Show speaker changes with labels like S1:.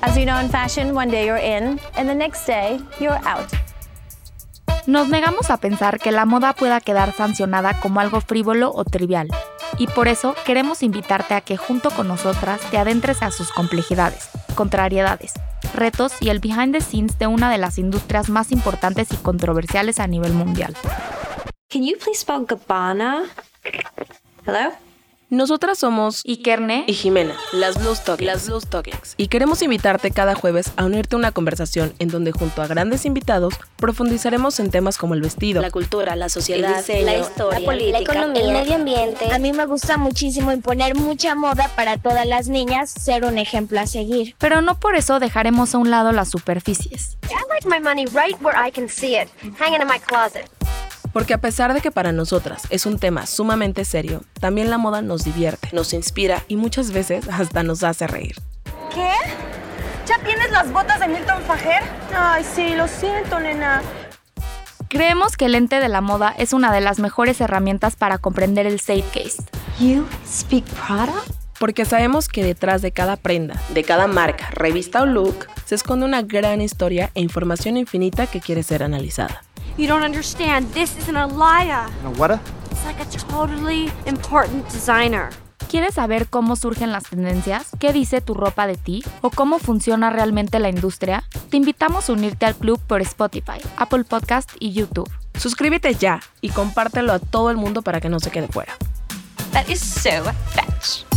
S1: As we know in fashion, one day you're in, and the next day you're out.
S2: Nos negamos a pensar que la moda pueda quedar sancionada como algo frívolo o trivial, y por eso queremos invitarte a que junto con nosotras te adentres a sus complejidades, contrariedades, retos y el behind the scenes de una de las industrias más importantes y controversiales a nivel mundial.
S1: Can you please spell Gabbana? Hello?
S3: Nosotras somos
S2: Ikerne
S3: y Jimena, las Blues Talkings. Y queremos invitarte cada jueves a unirte a una conversación en donde junto a grandes invitados profundizaremos en temas como el vestido,
S4: la cultura, la sociedad, la historia,
S5: la economía, el medio ambiente.
S6: A mí me gusta muchísimo imponer mucha moda para todas las niñas, ser un ejemplo a seguir.
S2: Pero no por eso dejaremos a un lado las superficies.
S7: I like my money right where I can see it, hanging in my closet.
S3: porque a pesar de que para nosotras es un tema sumamente serio, también la moda nos divierte, nos inspira y muchas veces hasta nos hace reír.
S8: ¿Qué? ¿Ya tienes las botas de Milton Fajer? Ay, sí, lo siento, nena.
S2: Creemos que el ente de la moda es una de las mejores herramientas para comprender el zeitgeist,
S9: You speak Prada?
S3: Porque sabemos que detrás de cada prenda, de cada marca, revista o look, se esconde una gran historia e información infinita que quiere ser analizada.
S10: You don't understand. This is an Alaya.
S11: You know what? A-
S10: It's like a totally important designer.
S2: ¿Quieres saber cómo surgen las tendencias? ¿Qué dice tu ropa de ti? ¿O cómo funciona realmente la industria? Te invitamos a unirte al club por Spotify, Apple Podcast y YouTube.
S3: Suscríbete ya y compártelo a todo el mundo para que no se quede fuera.
S12: That is so fetch.